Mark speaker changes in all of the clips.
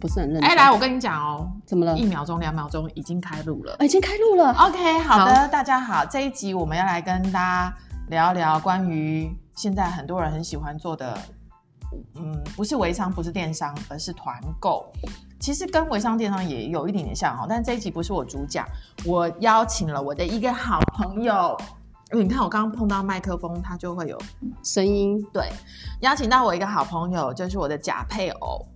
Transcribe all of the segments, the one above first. Speaker 1: 不是很认真。
Speaker 2: 哎，来，我跟你讲哦，
Speaker 1: 怎么了
Speaker 2: 一？秒钟、两秒钟已经开录了。
Speaker 1: 啊已经开录了，
Speaker 2: OK，好的，大家好，这一集我们要来跟大家聊聊关于现在很多人很喜欢做的，嗯，不是微商，不是电商，而是团购。其实跟微商电商也有一点点像哈，但这一集不是我主讲，我邀请了我的一个好朋友。哎你看，我刚刚碰到麦克风，它就会有
Speaker 1: 声音
Speaker 2: 对，邀请到我一个好朋友，就是我的假配偶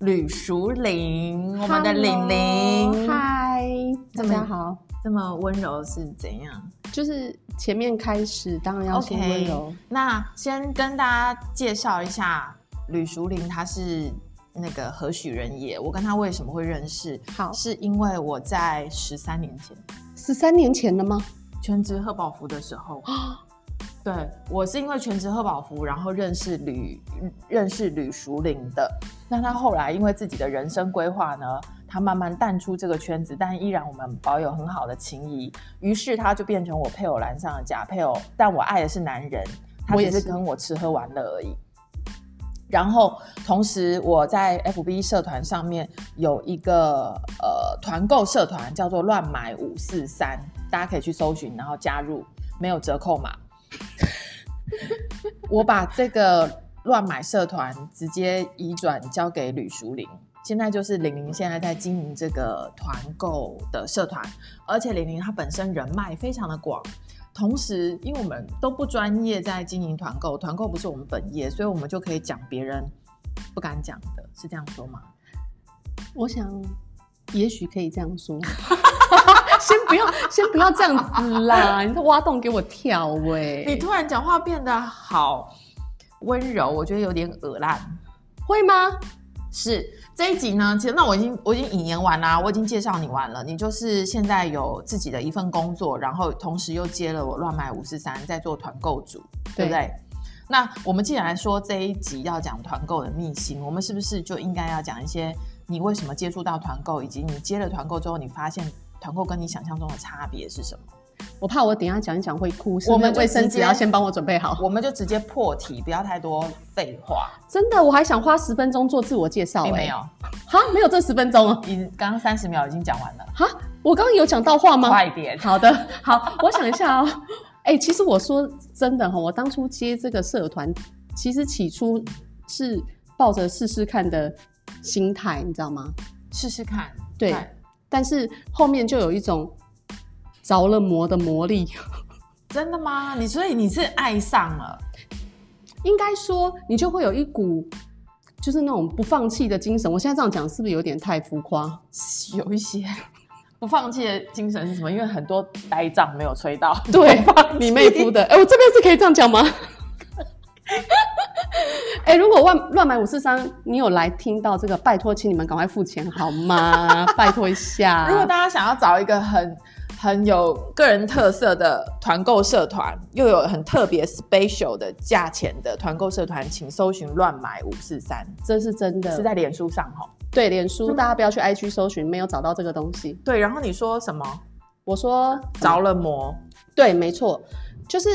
Speaker 2: 吕淑玲，我们的玲玲，
Speaker 1: 嗨，大家好。
Speaker 2: 这么温柔是怎样
Speaker 1: 就是前面开始，当然要先温柔。
Speaker 2: 那先跟大家介绍一下吕淑玲，她是那个何许人也？我跟她为什么会认识？
Speaker 1: 好，
Speaker 2: 是因为我在十三年前
Speaker 1: 十三年前了吗？
Speaker 2: 全职贺宝福的时候，对我是因为全职贺宝福，然后认识吕认识吕淑玲的。那她后来因为自己的人生规划呢，她慢慢淡出这个圈子，但依然我们保有很好的情谊。于是她就变成我配偶栏上的假配偶，但我爱的是男人，他
Speaker 1: 我也
Speaker 2: 只是
Speaker 1: 是
Speaker 2: 跟我吃喝玩乐而已。然后，同时我在 FB 社团上面有一个呃团购社团，叫做“乱买五四三”，大家可以去搜寻，然后加入，没有折扣码。我把这个乱买社团直接移转交给吕淑玲，现在就是玲玲现在在经营这个团购的社团，而且玲玲她本身人脉非常的广，同时，因为我们都不专业在经营团购，团购不是我们本业，所以我们就可以讲别人不敢讲的，是这样说吗？
Speaker 1: 我想，也许可以这样说。 先不要，先不要这样子 啦！你在挖洞给我跳喂、
Speaker 2: 你突然讲话变得好温柔，我觉得有点恶烂。
Speaker 1: 会吗？
Speaker 2: 是这一集呢，其实那我已经我已经引言完啦，我已经介绍你完了。你就是现在有自己的一份工作，然后同时又接了我乱买五十三，在做团购组，对
Speaker 1: 对
Speaker 2: 不对？那我们既然说这一集要讲团购的秘辛，我们是不是就应该要讲一些你为什么接触到团购，以及你接了团购之后，你发现团购跟你想象中的差别是什么？
Speaker 1: 我怕我等一下讲一讲会哭，是不是
Speaker 2: 我们就
Speaker 1: 卫生
Speaker 2: 直
Speaker 1: 纸
Speaker 2: 接
Speaker 1: 要先帮我准备好。
Speaker 2: 我们就直接破题，不要太多废话。
Speaker 1: 真的，我还想花十分钟做自我介绍、
Speaker 2: 并
Speaker 1: 哎，
Speaker 2: 没有，
Speaker 1: 哈，没有这十分钟哦。
Speaker 2: 已经刚刚三十秒已经讲完了，
Speaker 1: 哈，我刚刚有讲到话吗？
Speaker 2: 快点。
Speaker 1: 好的，好，我想一下哦。 哎、其实我说真的哈，我当初接这个社团，其实起初是抱着试试看的心态，你知道吗？
Speaker 2: 试试看。
Speaker 1: 对
Speaker 2: 看
Speaker 1: 但是后面就有一种着了魔的魔力。
Speaker 2: 真的吗？你所以你是爱上了，
Speaker 1: 应该说，你就会有一股就是那种不放弃的精神。我现在这样讲是不是有点太浮夸？
Speaker 2: 有一些不放弃的精神是什么？因为很多呆账没有吹到，
Speaker 1: 对
Speaker 2: 不放弃
Speaker 1: 你妹夫的，哎、我这边是可以这样讲吗？ 哎、如果乱乱买五四三，你有来听到这个，拜托，请你们赶快付钱好 吗？拜托一下。
Speaker 2: 如果大家想要找一个很很有个人特色的团购社团，又有很特别 special 的价钱的团购社团，请搜寻“乱买五四三
Speaker 1: 这是真”，的，
Speaker 2: 是在脸书上哈。
Speaker 1: 对脸书，大家不要去 IG 搜寻，没有找到这个东西。
Speaker 2: 对，然后你说什
Speaker 1: 嗯
Speaker 2: 么
Speaker 1: 我说
Speaker 2: 着了魔？
Speaker 1: 对，没错，就是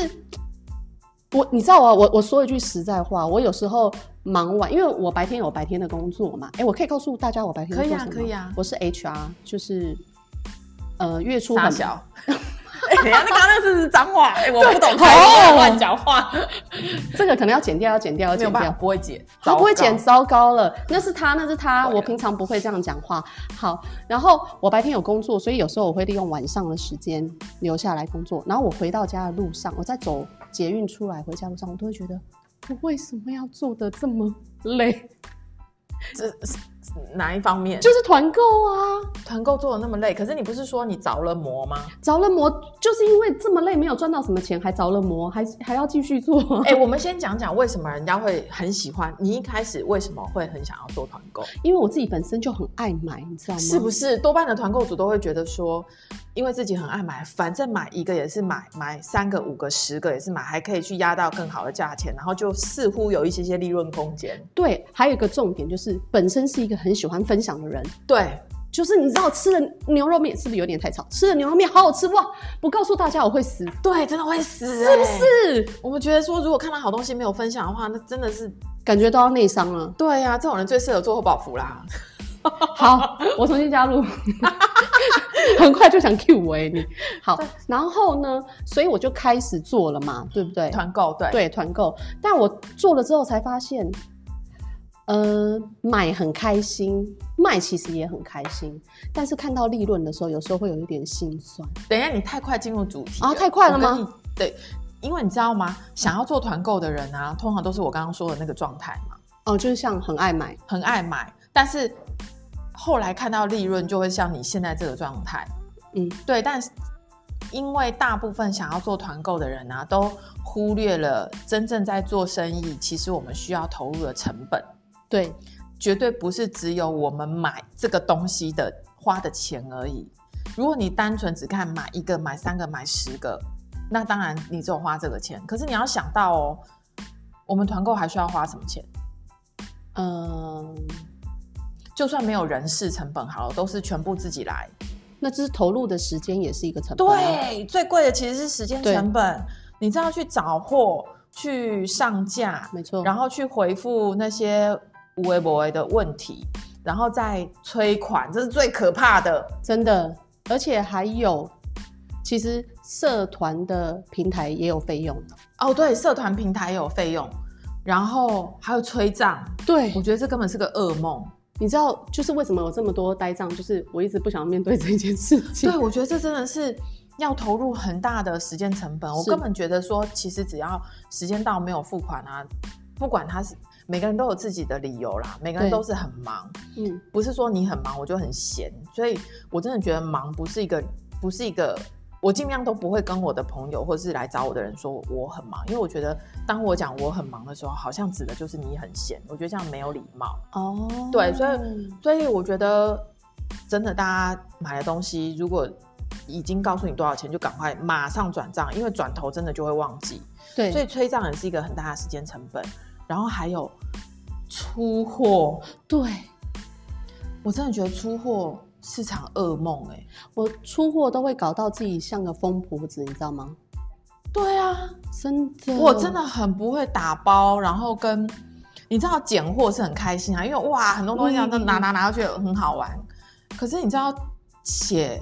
Speaker 1: 我，你知道我，啊我我说一句实在话，我有时候忙完，因为我白天有白天的工作嘛，哎，我可以告诉大家我白天
Speaker 2: 可以
Speaker 1: 做
Speaker 2: 啊
Speaker 1: 什么
Speaker 2: 可以啊
Speaker 1: 我是 HR，就是呃月初
Speaker 2: 大
Speaker 1: 很
Speaker 2: 小。 哎等一下，那刚刚那是脏话，哎，我不懂
Speaker 1: 对
Speaker 2: 台
Speaker 1: 哦
Speaker 2: 语，乱讲话，
Speaker 1: 这个可能要剪掉，要剪掉，要
Speaker 2: 没有
Speaker 1: 剪
Speaker 2: 办法，
Speaker 1: 掉。
Speaker 2: 不会解，
Speaker 1: 他不会剪，
Speaker 2: 糟
Speaker 1: 糟糕了，那是他，那是他，
Speaker 2: 毁了
Speaker 1: 我平常不会这样讲话。好，然后我白天有工作，所以有时候我会利用晚上的时间留下来工作。然后我回到家的路上，我在走捷运出来回家路上，我都会觉得我为什么要做的这么累？
Speaker 2: 嗯这是哪一方面？
Speaker 1: 就是团购啊，
Speaker 2: 团购做的那么累，可是你不是说你着了魔吗？
Speaker 1: 着了魔，就是因为这么累，没有赚到什么钱，还着了魔，还还要继续做。
Speaker 2: 哎、我们先讲讲为什么人家会很喜欢你，一开始为什么会很想要做团购，
Speaker 1: 因为我自己本身就很爱买，你知道吗？
Speaker 2: 是不
Speaker 1: 是？
Speaker 2: 是？多半的团购主都会觉得说，因为自己很爱买，反正买一个也是买，买三个、五个、十个也是买，还可以去压到更好的价钱，然后就似乎有一些些利润空间。
Speaker 1: 对，还有一个重点就是，本身是一个很喜欢分享的人，
Speaker 2: 对，
Speaker 1: 就是你知道吃的牛肉面是不是有点太吵？吃的牛肉面好好吃哇！不告诉大家我会死，
Speaker 2: 对，真的会死、欸
Speaker 1: 是不？是？
Speaker 2: 我们觉得说，如果看到好东西没有分享的话，那真的是
Speaker 1: 感觉都要内伤了。
Speaker 2: 对呀、这种人最适合做后宝福啦。
Speaker 1: 好，我重新加入， 很快就想 Q 我哎、你。好，然后呢，所以我就开始做了嘛，对不对？
Speaker 2: 团购对，
Speaker 1: 对团购，但我做了之后才发现，呃，买很开心，卖其实也很开心，但是看到利润的时候，有时候会有一点心酸。
Speaker 2: 等一下你太快进入主题
Speaker 1: 啊太快了吗？
Speaker 2: 我跟你对，因为你知道吗？想要做团购的人啊，通常都是我刚刚说的那个状态嘛，
Speaker 1: 哦，就是像很爱买，
Speaker 2: 很爱买，但是后来看到利润就会像你现在这个状态。
Speaker 1: 嗯，
Speaker 2: 对，但是因为大部分想要做团购的人啊，都忽略了真正在做生意，其实我们需要投入的成本，
Speaker 1: 对，
Speaker 2: 绝对不是只有我们买这个东西的花的钱而已。如果你单纯只看买一个、买三个、买十个，那当然你只有花这个钱。可是你要想到哦，我们团购还需要花什么钱？
Speaker 1: 嗯、
Speaker 2: 就算没有人事成本好了，都是全部自己来。嗯
Speaker 1: 那只是投入的时间也是一个成本、啊。
Speaker 2: 对，最贵的其实是时间
Speaker 1: 对
Speaker 2: 成本，你知道去找货、去上架，
Speaker 1: 没错。
Speaker 2: 然后去回复那些无微不微的问题，然后再催款，这是最可怕的。
Speaker 1: 真的，而且还有，其实社团的平台也有费用。啊
Speaker 2: 哦，对，社团平台也有费用，然后还有催账，
Speaker 1: 对
Speaker 2: 我觉得这根本是个噩梦。
Speaker 1: 你知道，就是为什么有这么多呆账，就是我一直不想面对这件事情。
Speaker 2: 对，我觉得这真的是要投入很大的时间成本。我
Speaker 1: 是
Speaker 2: 根本觉得说，其实只要时间到没有付款啊，不管他是每个人都有自己的理由啦，每个
Speaker 1: 对
Speaker 2: 人都是很忙，
Speaker 1: 嗯，
Speaker 2: 不是说你很忙我就很闲。所以我真的觉得忙不是一个，不是一个。我尽量都不会跟我的朋友或是来找我的人说我我很忙，因为我觉得当我讲我很忙的时候，好像指的就是你很闲，我觉得这样没有礼貌。
Speaker 1: 哦，
Speaker 2: 对所以所以我觉得，真的，大家买的东西如果已经告诉你多少钱，就赶快马上转账，因为转头真的就会忘记。
Speaker 1: 对，
Speaker 2: 所以催账也是一个很大的时间成本。然后还有出货，
Speaker 1: 对
Speaker 2: 我真的觉得出货是场噩梦哎、
Speaker 1: 我出货都会搞到自己像个疯婆子，你知道吗？
Speaker 2: 对啊，
Speaker 1: 真的，
Speaker 2: 我真的很不会打包，然后跟你知道拣货是很开心啊，因为哇，很多东西啊
Speaker 1: 嗯
Speaker 2: 都拿拿拿，觉得很好玩。可是你知道写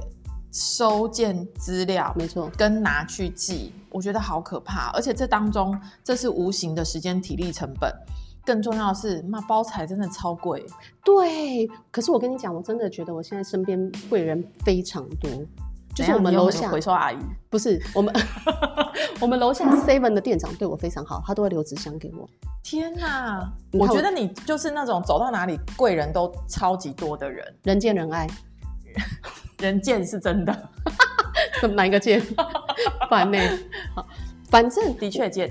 Speaker 2: 收件资料
Speaker 1: 没错，
Speaker 2: 跟拿去寄，我觉得好可怕，而且这当中这是无形的时间体力成本。更重要的是，妈包材真的超贵，
Speaker 1: 对。可是我跟你讲，我真的觉得我现在身边贵人非常多，就是我
Speaker 2: 怎样
Speaker 1: 们
Speaker 2: 你有
Speaker 1: 楼
Speaker 2: 没有
Speaker 1: 下
Speaker 2: 回收阿姨，
Speaker 1: 不是我 们我们楼下 Seven 的店长对我非常好，他都会留纸箱给我。
Speaker 2: 天哪！
Speaker 1: 你看我
Speaker 2: 我觉得你就是那种走到哪里贵人都超级多的人，
Speaker 1: 人见人爱，
Speaker 2: 人见是真的，
Speaker 1: 怎么哪一个见？ 烦呢、好，反正
Speaker 2: 的确见。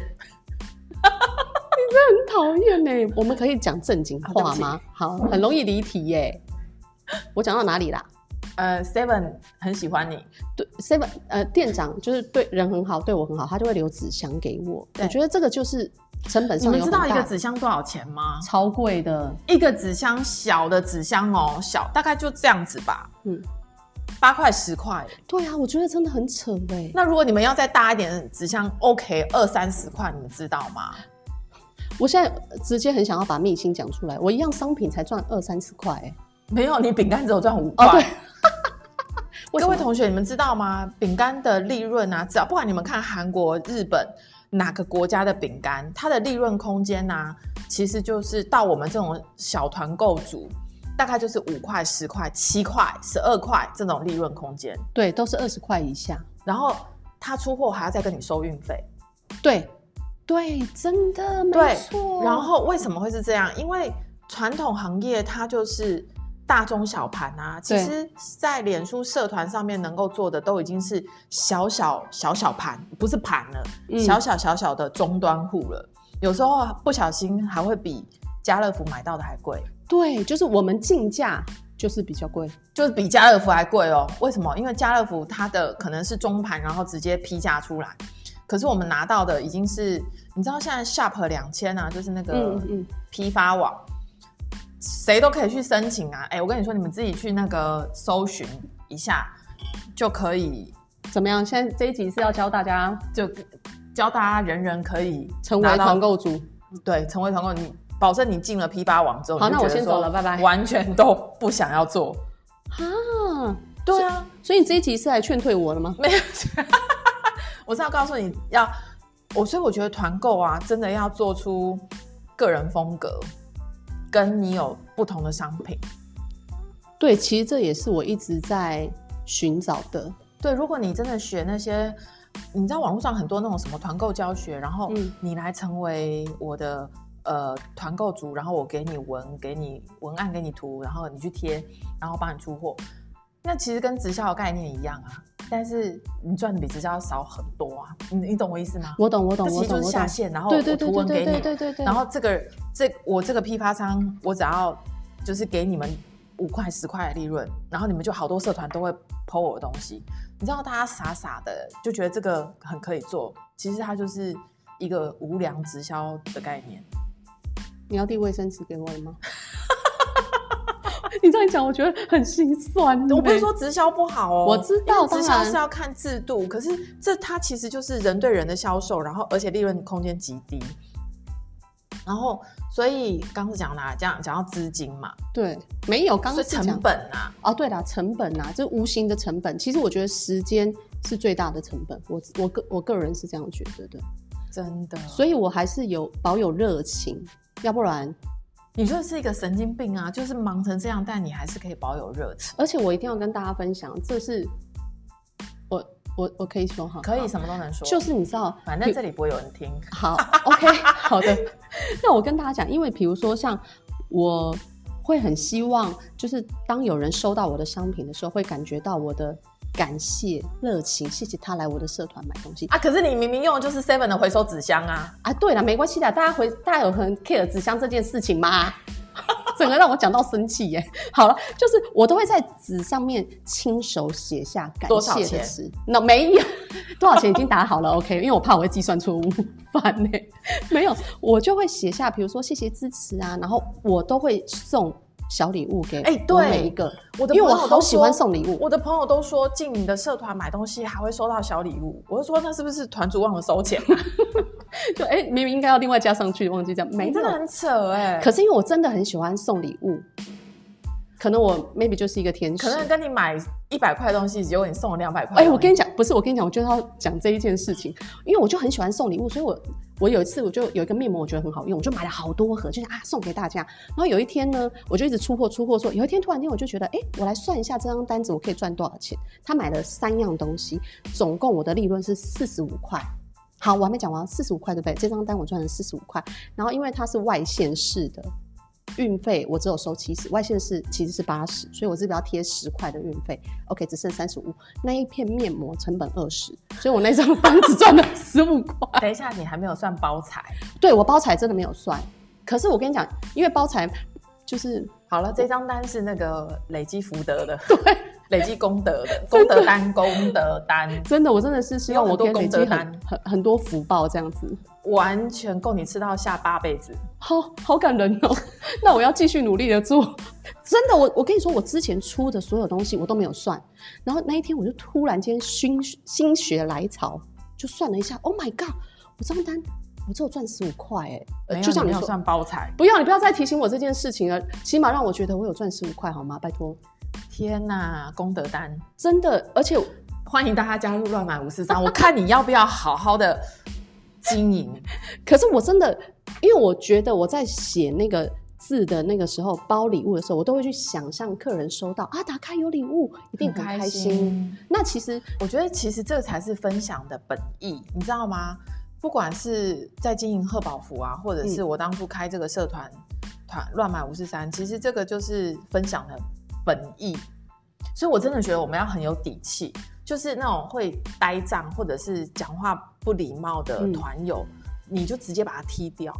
Speaker 1: 很讨厌呢。我们可以讲正经话吗？好，很容易离题耶、我讲到哪里啦？
Speaker 2: 呃，Seven 很喜欢你，
Speaker 1: 对，seven 呃，店长就是对人很好，对我很好，他就会留纸箱给我。
Speaker 2: 对
Speaker 1: 我觉得这个就是成本
Speaker 2: 你
Speaker 1: 上
Speaker 2: 们
Speaker 1: 有
Speaker 2: 知
Speaker 1: 很大
Speaker 2: 道一个纸箱多少钱吗？
Speaker 1: 超贵的，
Speaker 2: 一个纸箱小的纸箱哦，小大概就这样子吧，
Speaker 1: 嗯，
Speaker 2: 八块十块。
Speaker 1: 对啊，我觉得真的很扯哎、
Speaker 2: 那如果你们要再大一点的纸箱，OK，二三十块，你们知道吗？
Speaker 1: 我现在直接很想要把秘辛讲出来，我一样商品才赚二三十块哎、
Speaker 2: 没有，你饼干只有赚五块。
Speaker 1: 哦对， 为什
Speaker 2: 各
Speaker 1: 么
Speaker 2: 位同学，你们知道吗？饼干的利润啊，只要不管你们看韩国、日本哪个国家的饼干，它的利润空间呢、啊，其实就是到我们这种小团购组，大概就是五块、十块、七块、十二块这种利润空间。
Speaker 1: 对，都是二十块以下。
Speaker 2: 然后他出货还要再跟你收运费，
Speaker 1: 对，对，真的没
Speaker 2: 对
Speaker 1: 错。
Speaker 2: 然后为什么会是这样？因为传统行业它就是大中小盘啊，其
Speaker 1: 对
Speaker 2: 实，在脸书社团上面能够做的都已经是小小小小盘，不是盘了，
Speaker 1: 嗯
Speaker 2: 小小小小的终端户了。有时候不小心还会比家乐福买到的还贵，
Speaker 1: 对，就是我们进价就是比较贵，
Speaker 2: 就是比家乐福还贵哦。为什么？因为家乐福它的可能是中盘，然后直接批价出来。可是我们拿到的已
Speaker 1: 嗯
Speaker 2: 经是，你知道现在 Shop 两千啊，就是那个
Speaker 1: 嗯嗯，
Speaker 2: 批发网，谁都可以去申请啊。哎，我跟你说，你们自己去那个搜寻一下就可以，
Speaker 1: 怎么样？现在这一集是要教大家
Speaker 2: 就教大家人人可以
Speaker 1: 成为
Speaker 2: 拿到
Speaker 1: 团购组，
Speaker 2: 对，成为团购，你保证你进了 P 八网之后，
Speaker 1: 好
Speaker 2: 你就
Speaker 1: 那我
Speaker 2: 觉得
Speaker 1: 先走
Speaker 2: 说
Speaker 1: 了拜拜
Speaker 2: 完全都不想要做。
Speaker 1: 啊！
Speaker 2: 对啊，
Speaker 1: 所以你这一集是来劝退我的吗？
Speaker 2: 没有，我是要告诉你要我，所以我觉得团购啊，真的要做出个人风格，跟你有不同的商品。
Speaker 1: 对，其实这也是我一直在寻找的。
Speaker 2: 对，如果你真的学那些，你知道网络上很多那种什么团购教学，然后
Speaker 1: 嗯
Speaker 2: 你来成为我的呃团购主，然后我给你文，给你文案，给你图，然后你去贴，然后帮你出货。那其实跟直销的概念一样啊，但是你赚的比直销少很多啊，你你懂我意思吗？
Speaker 1: 我懂，我懂，
Speaker 2: 这其
Speaker 1: 我
Speaker 2: 实就
Speaker 1: 懂，
Speaker 2: 是
Speaker 1: 我
Speaker 2: 下
Speaker 1: 懂。
Speaker 2: 线，然后
Speaker 1: 对
Speaker 2: 我
Speaker 1: 对对
Speaker 2: 图
Speaker 1: 对
Speaker 2: 文
Speaker 1: 对
Speaker 2: 给
Speaker 1: 对
Speaker 2: 你，
Speaker 1: 对对对。
Speaker 2: 然后这个这我这个批发商，我只要就是给你们五块十块的利润，然后你们就好多社团都会 PO 我的东西，你知道大家傻傻的就觉得这个很可以做，其实它就是一个无良直销的概念。
Speaker 1: 嗯你要递卫生纸给我了吗？ 你这样讲，我觉得很心酸欸呢。
Speaker 2: 我不是说直销不好哦，
Speaker 1: 我知道嗯
Speaker 2: 因为直
Speaker 1: 当
Speaker 2: 销
Speaker 1: 然
Speaker 2: 是要看制度，可是这它其实就是人对人的销售，然后而且利润空间极低。然后，所以刚是讲哪？讲讲到资金嘛，
Speaker 1: 对，没有，刚
Speaker 2: 所
Speaker 1: 刚
Speaker 2: 以
Speaker 1: 是
Speaker 2: 成
Speaker 1: 讲
Speaker 2: 本啊，
Speaker 1: 哦，对啦，成本啦，这无形的成本，其实我觉得时间是最大的成本。我我个我个人是这样觉得的，
Speaker 2: 真的。
Speaker 1: 所以我还是有保有热情，要不然，
Speaker 2: 你就是一个神经病啊！就是忙成这样，但你还是可以保有热情，
Speaker 1: 而且我一定要跟大家分享，这是我我我可以说哈，
Speaker 2: 可以
Speaker 1: 好，
Speaker 2: 什么都能说。
Speaker 1: 就是你知道，
Speaker 2: 反正这里不会有人听。
Speaker 1: 好，OK，好 的。那我跟大家讲，因为比如说像我会很希望，就是当有人收到我的商品的时候，会感觉到我的感谢、热情，谢谢他来我的社团买东西
Speaker 2: 啊，可是你明明用的就是 Seven 的回收纸箱啊！
Speaker 1: 啊。对了，没关系的，大家回大家有很 care 纸箱这件事情吗？ 整个让我讲到生气耶！好了，就是我都会在纸上面亲手写下感
Speaker 2: 多少
Speaker 1: 谢的
Speaker 2: 钱
Speaker 1: 词。那没有多少钱已经打好了，OK，因为我怕我会计算错误，烦呢、没有，我就会写下，比如说谢谢支持啊，然后我都会送小礼物给
Speaker 2: 哎
Speaker 1: 我
Speaker 2: 对
Speaker 1: 每一个，
Speaker 2: 我的
Speaker 1: 因为我
Speaker 2: 朋友都
Speaker 1: 好喜欢
Speaker 2: 说
Speaker 1: 送礼物。
Speaker 2: 我的朋友都说进你的社团买东西还会收到小礼物，我就说那是不是团主忘了收钱、啊？
Speaker 1: 就哎、明明应该要另外加上去，忘记这样，没
Speaker 2: 你
Speaker 1: 有
Speaker 2: 真的。很扯哎、
Speaker 1: 可是因为我真的很喜欢送礼物，可能我 maybe 就是一个天使。
Speaker 2: 可能跟你买一百块的东西，结果你送了两百块。
Speaker 1: 哎、我跟你讲，不是我跟你讲，我就是要讲这一件事情，因为我就很喜欢送礼物，所以我我有一次我就有一个面膜，我觉得很好用，我就买了好多盒，就是啊送给大家。然后有一天呢，我就一直出货出货说，有一天突然间我就觉得，哎、我来算一下这张单子我可以赚多少钱。他买了三样东西，总共我的利润是四十五块。好，我还没讲完，四十五块对不对？这张单我赚了四十五块，然后因为它是外县市的。运费我只有收七十，外县市其实是八十，所以我这边要贴十块的运费。OK，只剩三十五。那一片面膜成本二十，所以我那张单只赚了十五块。
Speaker 2: 等一下，你还没有算包材。
Speaker 1: 对我包材真的没有算，可是我跟你讲，因为包材就是
Speaker 2: 好了，这张单是那个累积福德的，对，累积功德的，功
Speaker 1: 真的
Speaker 2: 德单，功德单。
Speaker 1: 真的，我真的是希望我可以累积
Speaker 2: 有很多功
Speaker 1: 很
Speaker 2: 德单
Speaker 1: 很很多福报这样子，
Speaker 2: 完全够你吃到下八辈子。
Speaker 1: 好好感人哦。那我要继续努力的做，真的，我我跟你说，我之前出的所有东西我都没有算，然后那一天我就突然间心心血来潮，就算了一下，Oh my god，我这张单我只有赚十五块哎，呃
Speaker 2: 没有
Speaker 1: 就像
Speaker 2: 你
Speaker 1: 你
Speaker 2: 没有
Speaker 1: 说。
Speaker 2: 算包材。
Speaker 1: 不要，你不要再提醒我这件事情了，起码让我觉得我有赚十五块好吗？拜托，
Speaker 2: 天哪，功德单！
Speaker 1: 真的，而且
Speaker 2: 欢迎大家加入乱买五四三，我看你要不要好好的经营。
Speaker 1: 可是我真的，因为我觉得我在写那个字的那个时候，包礼物的时候，我都会去想象客人收到啊，打开有礼物，一定很开心。那其实
Speaker 2: 我觉得其实这才是分享的本意，你知道吗？不管是在经营贺宝福啊，或者是
Speaker 1: 嗯
Speaker 2: 我当初开这个社团团乱买五四三，其实这个就是分享的本意。所以我真的觉得我们要很有底气，就是那种会呆账或者是讲话不礼貌的
Speaker 1: 嗯
Speaker 2: 团友，你就直接把他踢掉。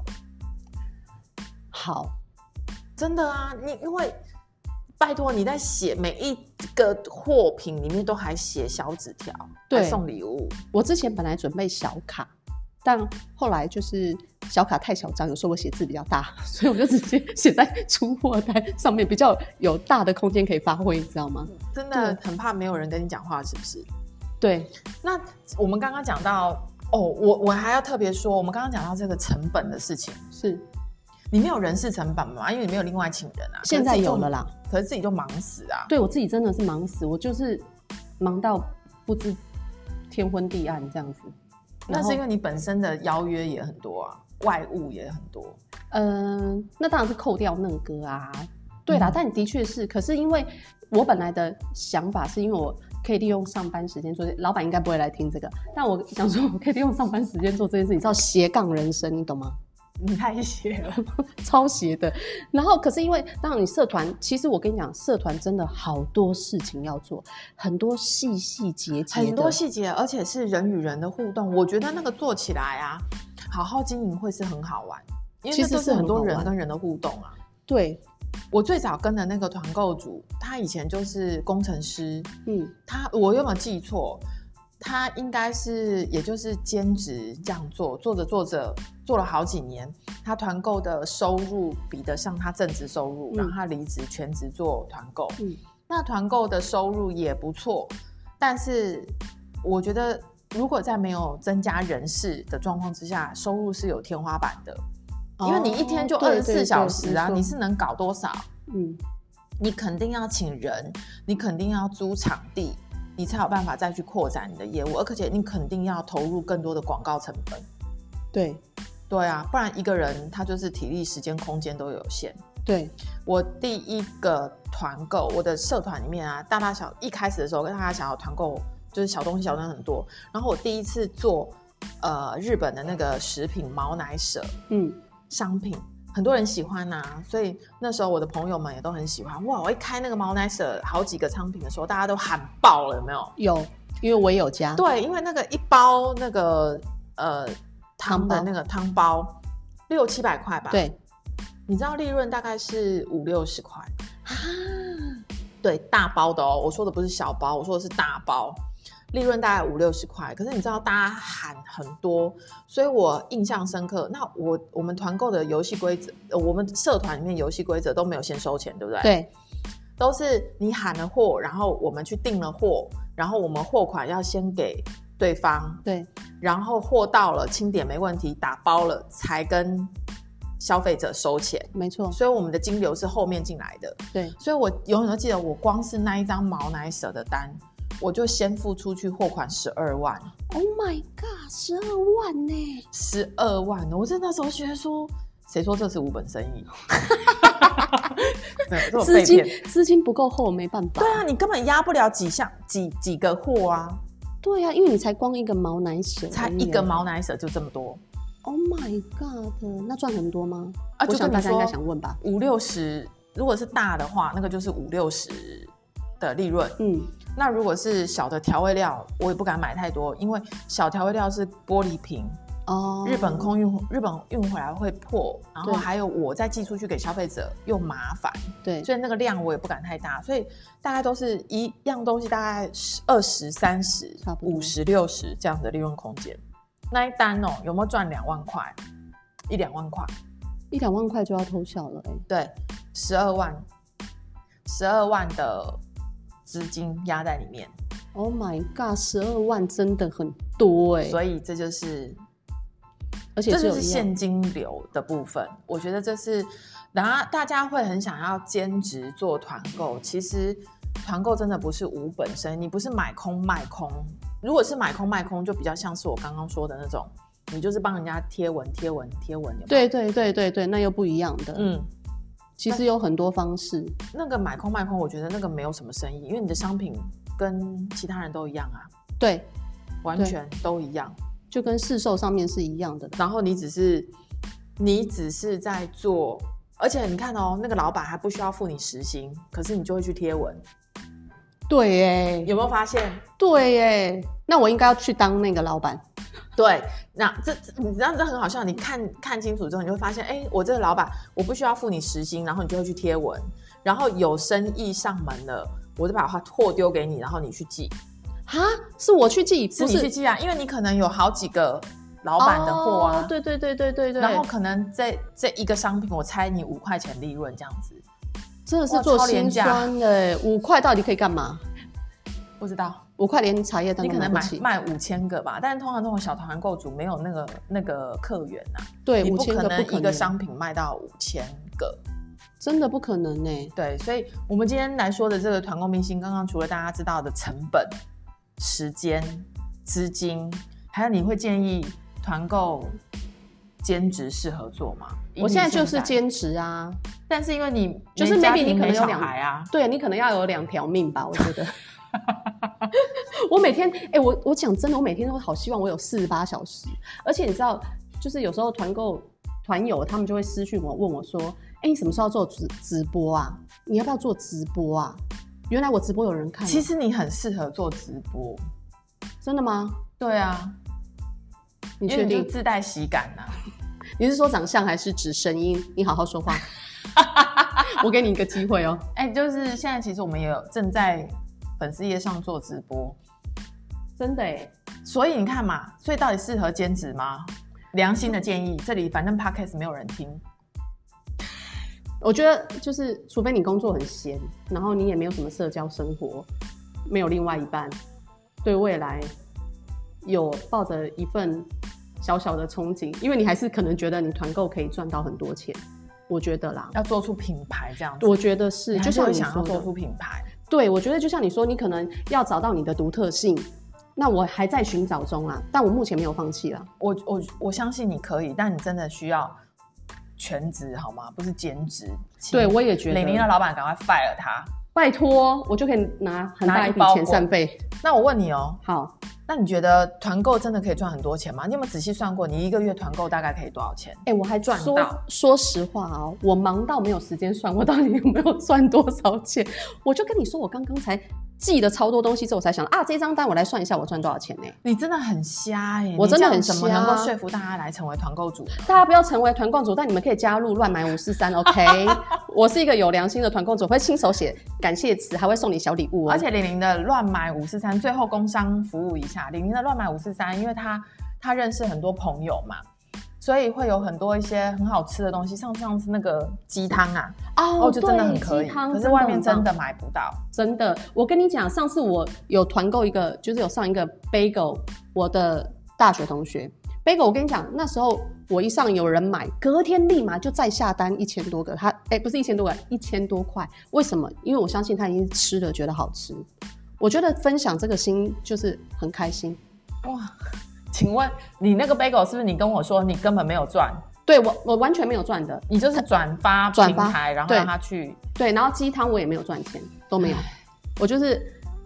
Speaker 1: 好，
Speaker 2: 真的啊，你因为拜托你在写每一个货品里面都还写小纸条，
Speaker 1: 对
Speaker 2: 还送礼物，
Speaker 1: 我之前本来准备小卡，但后来就是小卡太小张，有时候我写字比较大， 所以我就直接写在出货单上面，比较有大的空间可以发挥，你知道吗？
Speaker 2: 真的很怕没有人跟你讲话，是不是？
Speaker 1: 对，
Speaker 2: 那我们刚刚讲到哦，我我还要特别说，我们刚刚讲到这个成本的事情，
Speaker 1: 是
Speaker 2: 你没有人事成本吗？因为你没有另外请人啊。
Speaker 1: 现在有了啦。
Speaker 2: 可是自己就忙死啊！
Speaker 1: 对我自己真的是忙死，我就是忙到不知天昏地暗这样子。
Speaker 2: 那
Speaker 1: 然后
Speaker 2: 是因为你本身的邀约也很多啊，外务也很多。
Speaker 1: 嗯、那当然是扣掉嫩哥啊。对啦，
Speaker 2: 嗯
Speaker 1: 但的确是，可是因为我本来的想法是因为我可以利用上班时间做这，老板应该不会来听这个，但我想说我可以利用上班时间做这件事，你知道斜杠人生，你懂吗？
Speaker 2: 你太邪了，
Speaker 1: 超斜的。然后可是因为当你社团，其实我跟你讲，社团真的好多事情要做，很多细细节节的，
Speaker 2: 很多细节，而且是人与人的互动。我觉得那个做起来啊，好好经营会是很好玩，因为
Speaker 1: 其
Speaker 2: 这
Speaker 1: 实
Speaker 2: 就是是很
Speaker 1: 很好
Speaker 2: 多人
Speaker 1: 玩
Speaker 2: 跟人的互动啊。
Speaker 1: 对，
Speaker 2: 我最早跟的那个团购组，他以前就是工程师，
Speaker 1: 嗯，
Speaker 2: 他我有没有记错？他应该是也就是兼职这样做，做着做着做了好几年，他团购的收入比得上他正职收入，
Speaker 1: 嗯
Speaker 2: 然后他离职全职做团购。
Speaker 1: 嗯
Speaker 2: 那团购的收入也不错，但是我觉得如果在没有增加人事的状况之下，收入是有天花板的，因为你一天就
Speaker 1: 哦对
Speaker 2: 二十
Speaker 1: 对
Speaker 2: 四
Speaker 1: 对
Speaker 2: 小时
Speaker 1: 没
Speaker 2: 啊，
Speaker 1: 错
Speaker 2: 你是能搞多少？
Speaker 1: 嗯，
Speaker 2: 你肯定要请人，你肯定要租场地，你才有办法再去扩展你的业务，而且你肯定要投入更多的广告成本。
Speaker 1: 对
Speaker 2: 对啊，不然一个人他就是体力、时间、空间都有限。
Speaker 1: 对，
Speaker 2: 我第一个团购，我的社团里面啊，大大小一开始的时候跟大家想要团购，就是小东西小东西很多。然后我第一次做，呃，日本的那个食品毛奶舍，
Speaker 1: 嗯，
Speaker 2: 商品，很多人喜欢呐、所以那时候我的朋友们也都很喜欢。哇，我一开那个毛奶舍好几个商品的时候，大家都喊爆了，有没有？
Speaker 1: 有，因为我也有加，
Speaker 2: 对，因为那个一包那个呃汤
Speaker 1: 汤
Speaker 2: 的
Speaker 1: 包
Speaker 2: 那个汤包六七百块吧，，
Speaker 1: 对
Speaker 2: 你知道利润大概是五六十块，
Speaker 1: 啊，
Speaker 2: 对，大包的哦，我说的不是小包，我说的是大包。利润大概五六十块，可是你知道大家喊很多，所以我印象深刻。那我我们团购的游戏规则，呃我们社团里面游戏规则都没有先收钱，对不对？，
Speaker 1: 对
Speaker 2: 都是你喊了货，然后我们去订了货，然后我们货款要先给对方，
Speaker 1: 对
Speaker 2: 然后货到了清点没问题，打包了才跟消费者收钱。
Speaker 1: 没错，
Speaker 2: 所以我们的金流是后面进来的，
Speaker 1: 对
Speaker 2: 所以我永远都记得，我光是那一张毛奶舍的单，我就先付出去货款十二万，
Speaker 1: ，Oh my God，十二万呢，
Speaker 2: 十二万！哦我真的那时候觉得说，谁说这是无本生意？ 没有这种
Speaker 1: 资
Speaker 2: 被
Speaker 1: 金
Speaker 2: 骗。
Speaker 1: 资金不够厚，没办法
Speaker 2: 对，啊，你根本压不了几项几几个货啊，
Speaker 1: 对呀、因为你才光一个毛奶水而已啊，
Speaker 2: 才一个毛奶舍就这么多
Speaker 1: ，Oh my God，那赚很多吗？
Speaker 2: 啊！
Speaker 1: 我
Speaker 2: 就
Speaker 1: 想
Speaker 2: 跟
Speaker 1: 大
Speaker 2: 你
Speaker 1: 家应该
Speaker 2: 说
Speaker 1: 想问吧，
Speaker 2: 五六十，如果是大的话，那个就是五六十的利润。
Speaker 1: 嗯，
Speaker 2: 那如果是小的调味料，我也不敢买太多，因为小调味料是玻璃瓶，
Speaker 1: 哦，
Speaker 2: 日本空运日本运回来会破，然后
Speaker 1: 对
Speaker 2: 还有我再寄出去给消费者又麻烦，
Speaker 1: 对，
Speaker 2: 所以那个量我也不敢太大，所以大概都是一样东西大概二十三十
Speaker 1: 差、不多
Speaker 2: 五十六十这样的利润空间。那一单哦，有没有赚两万块？一两万块，
Speaker 1: 一两万块就要偷笑了、欸，
Speaker 2: 对，十二万，十二万的资金压在里面。
Speaker 1: Oh my god，十二万真的很多哎、
Speaker 2: 所以这就是
Speaker 1: 而且
Speaker 2: 这
Speaker 1: 只
Speaker 2: 就
Speaker 1: 有
Speaker 2: 是
Speaker 1: 一
Speaker 2: 现金流的部分。我觉得这是，然后大家会很想要兼职做团购，其实团购真的不是无本身，你不是买空卖空。如果是买空卖空，就比较像是我刚刚说的那种，你就是帮人家贴文贴文贴文。有没有，
Speaker 1: 对对对对对，那又不一样的。嗯，
Speaker 2: 嗯，
Speaker 1: 其实有很多方式，
Speaker 2: 那个买空卖空，我觉得那个没有什么生意，因为你的商品跟其他人都一样啊，
Speaker 1: 对，
Speaker 2: 完
Speaker 1: 对
Speaker 2: 全都一样。
Speaker 1: 就跟市售上面是一样的。
Speaker 2: 然后你只是你只是在做，而且你看哦，那个老板还不需要付你时薪，可是你就会去贴文，
Speaker 1: 对哎，
Speaker 2: 有没有发现？
Speaker 1: 对哎，那我应该要去当那个老板。
Speaker 2: 对，那这这你知道这很好笑，你看看清楚之后，你就会发现，哎，我这个老板我不需要付你时薪，然后你就会去贴文，然后有生意上门了。我就把货丢给你，然后你去寄，
Speaker 1: 哈，是我去记，
Speaker 2: 是
Speaker 1: 不
Speaker 2: 你去
Speaker 1: 是？
Speaker 2: 寄啊，因为你可能有好几个老板的货啊，
Speaker 1: 哦对对对对对对，
Speaker 2: 然后可能这这一个商品，我猜你五块钱利润这样子，
Speaker 1: 真的是
Speaker 2: 哇
Speaker 1: 做
Speaker 2: 超
Speaker 1: 心
Speaker 2: 廉价
Speaker 1: 酸的，五块到底可以干嘛？
Speaker 2: 不知道
Speaker 1: 五块连茶叶蛋
Speaker 2: 你
Speaker 1: 都
Speaker 2: 可能
Speaker 1: 不
Speaker 2: 买
Speaker 1: 起，
Speaker 2: 卖五千个吧，但是通常这种小团购主没有那个那个客源啊，
Speaker 1: 对，
Speaker 2: 你
Speaker 1: 五
Speaker 2: 不
Speaker 1: 千
Speaker 2: 可
Speaker 1: 个不
Speaker 2: 能
Speaker 1: 可
Speaker 2: 一个
Speaker 1: 能，
Speaker 2: 商品卖到五千个。
Speaker 1: 真的不可能呢。
Speaker 2: 对，所以我们今天来说的这个团购明星，刚刚除了大家知道的成本、时间、资金，还有你会建议团购兼职适合做吗？以
Speaker 1: 我
Speaker 2: 你
Speaker 1: 现在就是
Speaker 2: 在，
Speaker 1: 兼职啊，
Speaker 2: 但是因为你
Speaker 1: 就是
Speaker 2: 没家
Speaker 1: maybe
Speaker 2: 庭
Speaker 1: 你可能
Speaker 2: 没
Speaker 1: 有
Speaker 2: 小
Speaker 1: 两
Speaker 2: 孩啊，
Speaker 1: 对你可能要有两条命吧，我觉得。 我每天，哎、我我讲真的，我每天都好希望我有四十八小时。而且你知道，就是有时候团购团友他们就会私讯我，问我说：“哎、你什么时候要做直直播啊？你要不要做直播啊？”原来我直播有人看啊，
Speaker 2: 其实你很适合做直播。
Speaker 1: 真的吗？
Speaker 2: 对啊，
Speaker 1: 你
Speaker 2: 因
Speaker 1: 确
Speaker 2: 为你就
Speaker 1: 定？
Speaker 2: 自带喜感啊呐、
Speaker 1: 你是说长相还是指声音？你好好说 话。我给你一个机会哦。
Speaker 2: 哎、就是现在其实我们也有正在粉丝页上做直播，
Speaker 1: 真的哎，
Speaker 2: 所以你看嘛，所以到底适合兼职吗？良心的建议，这里反正 podcast 没有人听，
Speaker 1: 我觉得就是，除非你工作很闲，然后你也没有什么社交生活，没有另外一半，对未来有抱着一份小小的憧憬，因为你还是可能觉得你团购可以赚到很多钱，我觉得啦，
Speaker 2: 要做出品牌这样子，
Speaker 1: 我觉得是，
Speaker 2: 你还
Speaker 1: 就是像
Speaker 2: 会
Speaker 1: 你
Speaker 2: 想要
Speaker 1: 说
Speaker 2: 做
Speaker 1: 的，
Speaker 2: 出品牌，
Speaker 1: 对我觉得就像你说，你可能要找到你的独特性，那我还在寻找中啊，但我目前没有放弃啦。
Speaker 2: 我我我相信你可以，但你真的需要全职好吗？不是兼职。请
Speaker 1: 对，我也觉
Speaker 2: 李宁的
Speaker 1: 得，
Speaker 2: 老板赶快 fire 他。
Speaker 1: 拜托，我就可以拿很大
Speaker 2: 拿一
Speaker 1: 一笔
Speaker 2: 包
Speaker 1: 遣
Speaker 2: 裹
Speaker 1: 散费。
Speaker 2: 那我问你哦，
Speaker 1: 好，
Speaker 2: 那你觉得团购真的可以赚很多钱吗？你有没有仔细算过，你一个月团购大概可以多少钱？
Speaker 1: 哎、我还
Speaker 2: 赚
Speaker 1: 说
Speaker 2: 到
Speaker 1: 说实话哦，我忙到没有时间算我到底有没有 赚多少钱。我就跟你说，我刚刚才记了超多东西之后，我才想啊，这张单我来算一下，我赚多少钱呢、
Speaker 2: 你真的很瞎耶、
Speaker 1: 我
Speaker 2: 你这
Speaker 1: 真的
Speaker 2: 样
Speaker 1: 很
Speaker 2: 怎么
Speaker 1: 瞎
Speaker 2: 能够说服大家来成为团购主呢？
Speaker 1: 大家不要成为团购主，但你们可以加入乱买五四三，OK？我是一个有良心的团购主，会亲手写感谢词，还会送你小礼物哦。
Speaker 2: 而且玲玲的乱买五四三，最后工商服务一下，玲玲的乱买五四三，因为她她认识很多朋友嘛，所以会有很多一些很好吃的东西，像上次那个鸡汤啊，
Speaker 1: 哦
Speaker 2: 哦，就真的很可以，可是外面真
Speaker 1: 的
Speaker 2: 的买不到。
Speaker 1: 真的，我跟你讲，上次我有团购一个，就是有上一个 bagel，我的大学同学 bagel，我跟你讲，那时候我一上有人买，隔天立马就再下单一千多个，他哎、不是一千多个，一千多块，为什么？因为我相信他已经吃了，觉得好吃。我觉得分享这个心就是很开心。
Speaker 2: 哇，请问你那个 bagel 是不是你跟我说你根本没有赚？
Speaker 1: 对我，我完全没有赚的，
Speaker 2: 你就是转发
Speaker 1: 转
Speaker 2: 平
Speaker 1: 发
Speaker 2: 台，然后
Speaker 1: 对
Speaker 2: 让他去
Speaker 1: 对，然后鸡汤我也没有赚钱，都没有，我就是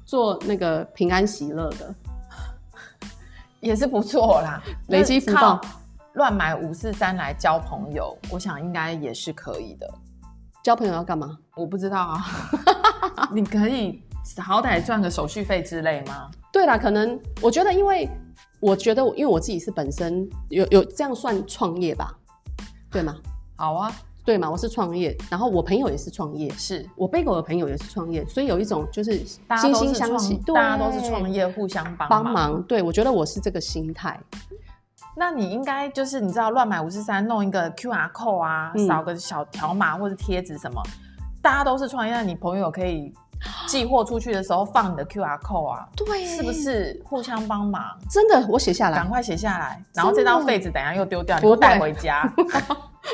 Speaker 1: 做那个平安喜乐的，
Speaker 2: 也是不错啦，
Speaker 1: 累积福报。
Speaker 2: 乱买五四三来交朋友，我想应该也是可以的。
Speaker 1: 交朋友要干嘛？
Speaker 2: 我不知道啊， 你可以好歹赚个手续费之类吗？
Speaker 1: 对啦，可能我觉得，因为我觉得我，因为我自己是本身有有这样算创业吧，对吗？
Speaker 2: 好啊，
Speaker 1: 对吗？我是创业，然后我朋友也是创业，
Speaker 2: 是
Speaker 1: 我贝狗的朋友也是创业，所以有一种就是
Speaker 2: 大家
Speaker 1: 惺
Speaker 2: 都是
Speaker 1: 惺
Speaker 2: 创
Speaker 1: 相惜，对
Speaker 2: 大家都是创业，互相帮
Speaker 1: 帮
Speaker 2: 忙。
Speaker 1: 忙。对，啊我觉得我是这个心态，
Speaker 2: 那你应该就是你知道乱买五四三，弄一个 QR code 啊，
Speaker 1: 嗯
Speaker 2: 扫个小条码或者贴纸什么，大家都是创业，那你朋友可以寄货出去的时候放你的 QR code 啊，
Speaker 1: 对，
Speaker 2: 是不？是互相帮忙？
Speaker 1: 真的，我写下来
Speaker 2: 赶，快写下来，
Speaker 1: 真的
Speaker 2: 然后这张废纸等一下又丢掉，
Speaker 1: 不
Speaker 2: 你
Speaker 1: 会
Speaker 2: 带回 家，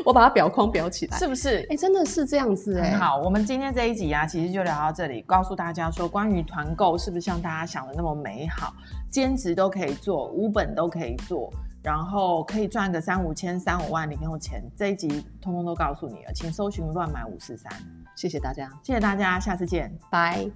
Speaker 1: 我把它裱框裱起来。
Speaker 2: 是不是？
Speaker 1: 哎，真的是这样子哎
Speaker 2: 很。好，我们今天这一集啊，其实就聊到这里，告诉大家说，关于团购是不是像大家想的那么美好，兼职都可以做，无本都可以做，然后可以赚个三五千、三五万零用钱。这一集通通都告诉你了，请搜寻“乱买五四三
Speaker 1: 谢谢大家，”。
Speaker 2: 谢谢大家，下次见。
Speaker 1: 拜。